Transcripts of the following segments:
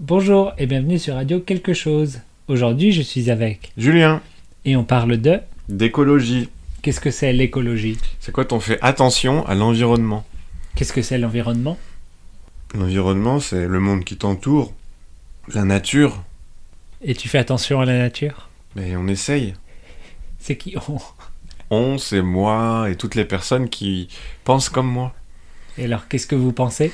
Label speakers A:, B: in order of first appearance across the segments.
A: Bonjour et bienvenue sur Radio Quelque chose. Aujourd'hui, je suis avec
B: Julien,
A: et on parle de
B: d'écologie.
A: qu'est-ce que c'est l'écologie
B: C'est quoi ton fait attention à l'environnement
A: Qu'est-ce que c'est l'environnement
B: L'environnement, c'est le monde qui t'entoure, la nature,
A: Et tu fais attention à la nature
B: mais on essaye.
A: C'est qui on
B: On, c'est moi et toutes les personnes qui pensent comme moi.
A: Et alors, qu'est-ce que vous pensez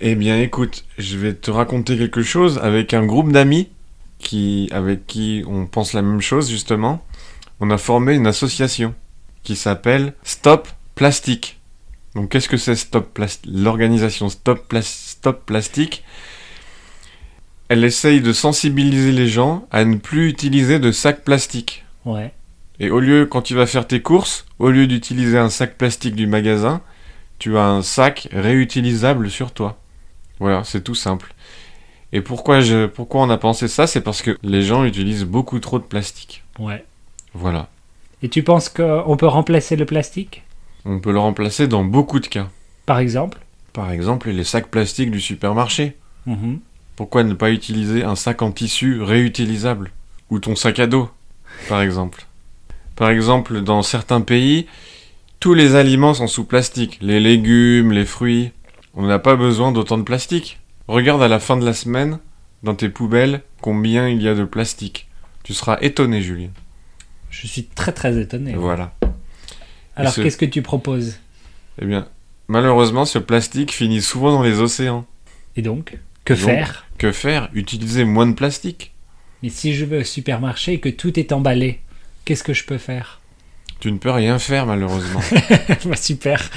B: Eh bien, écoute, je vais te raconter quelque chose avec un groupe d'amis qui, avec qui on pense la même chose, justement. On a formé une association qui s'appelle Stop Plastique. Donc, qu'est-ce que c'est Stop Plastique L'organisation Stop, Plas- Stop Plastique, elle essaye de sensibiliser les gens à ne plus utiliser de sacs plastiques.
A: Ouais.
B: Et au lieu, quand tu vas faire tes courses, au lieu d'utiliser un sac plastique du magasin, tu as un sac réutilisable sur toi. Voilà, c'est tout simple. Et pourquoi, je, pourquoi on a pensé ça C'est parce que les gens utilisent beaucoup trop de plastique.
A: Ouais.
B: Voilà.
A: Et tu penses qu'on peut remplacer le plastique
B: On peut le remplacer dans beaucoup de cas.
A: Par exemple
B: Par exemple, les sacs plastiques du supermarché. Mhm. Pourquoi ne pas utiliser un sac en tissu réutilisable Ou ton sac à dos, par exemple. Par exemple, dans certains pays, tous les aliments sont sous plastique. Les légumes, les fruits. On n'a pas besoin d'autant de plastique. Regarde à la fin de la semaine, dans tes poubelles, combien il y a de plastique. Tu seras étonné, Julien.
A: Je suis très très étonné.
B: Voilà.
A: alors,
B: ce-
A: qu'est-ce que tu proposes
B: Eh bien, malheureusement, ce plastique finit souvent dans les océans.
A: Et donc, que
B: Donc-
A: faire
B: Que faire Utiliser moins de plastique.
A: Mais si je vais au supermarché et que tout est emballé, qu'est-ce que je peux faire
B: Tu ne peux rien faire, malheureusement.
A: Bah, Super.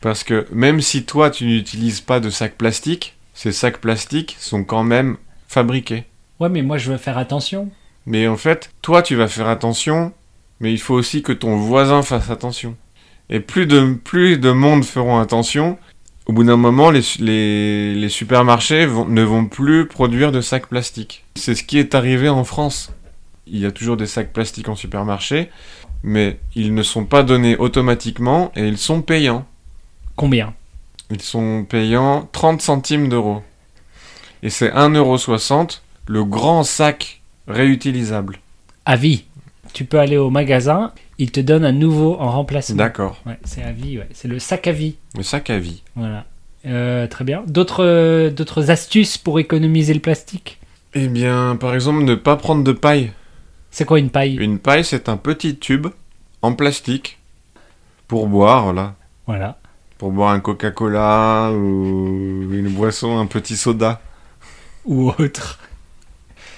B: Parce que même si toi tu n'utilises pas de sacs plastiques, ces sacs plastiques sont quand même fabriqués.
A: Ouais, mais moi je veux faire attention.
B: Mais en fait, toi tu vas faire attention, mais il faut aussi que ton voisin fasse attention. Et plus de, plus de monde feront attention, au bout d'un moment, les, su- les- les supermarchés vont- ne vont plus produire de sacs plastiques. C'est ce qui est arrivé en France. Il y a toujours des sacs plastiques en supermarché, mais ils ne sont pas donnés automatiquement et ils sont payants.
A: Combien
B: Ils sont payants 30 centimes d'euros. Et c'est 1,60€ le grand sac réutilisable.
A: À vie. Tu peux aller au magasin, il te donne un nouveau en remplacement.
B: D'accord.
A: Ouais, c'est à vie, ouais. c'est le sac à vie.
B: Le sac à vie.
A: Voilà. Euh, très bien. D'autres euh, d'autres astuces pour économiser le plastique
B: Eh bien, par exemple, ne pas prendre de paille.
A: C'est quoi une paille
B: Une paille, c'est un petit tube en plastique pour boire, là.
A: Voilà.
B: Pour boire un Coca-Cola ou une boisson, un petit soda.
A: Ou autre.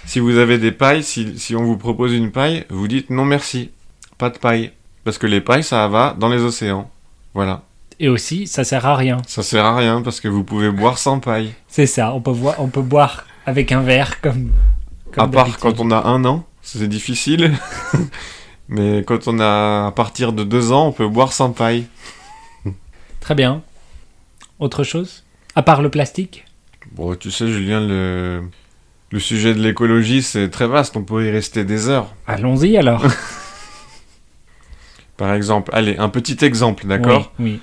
B: Si vous avez des pailles, si, si on vous propose une paille, vous dites non merci. Pas de paille. Parce que les pailles, ça va dans les océans. Voilà.
A: Et aussi, ça sert à rien.
B: Ça sert à rien parce que vous pouvez boire sans paille.
A: C'est ça, on peut, voir, on peut boire avec un verre comme. comme
B: à part
A: d'habitude.
B: quand on a un an, c'est difficile. Mais quand on a à partir de deux ans, on peut boire sans paille.
A: Très bien. Autre chose À part le plastique
B: Bon, tu sais, Julien, le, le sujet de l'écologie, c'est très vaste. On peut y rester des heures.
A: Allons-y alors.
B: Par exemple, allez, un petit exemple, d'accord
A: Oui. oui.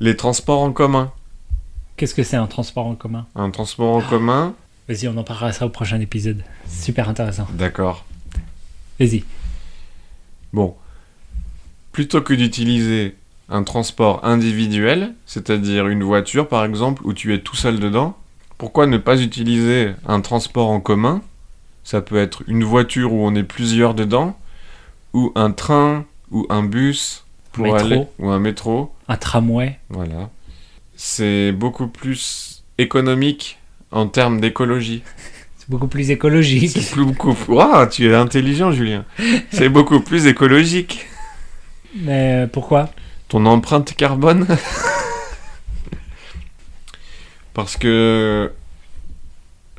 B: Les transports en commun.
A: Qu'est-ce que c'est un transport en commun
B: Un transport
A: Ah.
B: en commun,
A: Vas-y, on en parlera ça au prochain épisode. Super intéressant.
B: d'accord.
A: Vas-y.
B: Bon, plutôt que d'utiliser un transport individuel, c'est-à-dire une voiture par exemple, où tu es tout seul dedans, pourquoi ne pas utiliser un transport en commun Ça peut être une voiture où on est plusieurs dedans, ou un train, ou un bus, pour
A: Métro.
B: aller, ou un métro,
A: Un tramway.
B: voilà. C'est beaucoup plus économique en termes d'écologie.
A: C'est beaucoup plus écologique.
B: C'est plus- beaucoup. Ouah, tu es intelligent, Julien. C'est beaucoup plus écologique.
A: Mais euh, pourquoi
B: ton empreinte carbone Parce que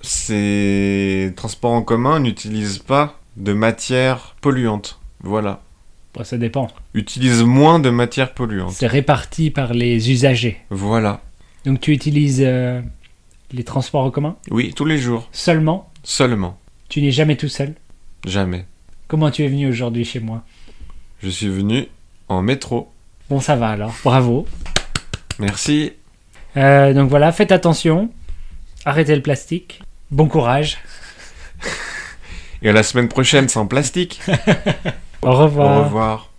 B: ces transports en commun n'utilisent pas de matière polluante. Voilà.
A: Bon, Ça dépend.
B: Utilisent moins de matière polluante.
A: C'est réparti par les usagers.
B: Voilà.
A: Donc tu utilises euh, les transports en commun
B: Oui, tous les jours.
A: seulement.
B: Seulement.
A: Tu n'es jamais tout seul.
B: Jamais.
A: Comment tu es venu aujourd'hui chez moi
B: Je suis venu en métro.
A: Bon, ça va alors. Bravo.
B: Merci.
A: Euh, donc voilà, faites attention Arrêtez le plastique. Bon courage.
B: Et à la semaine prochaine sans plastique.
A: Au revoir.
B: Au revoir.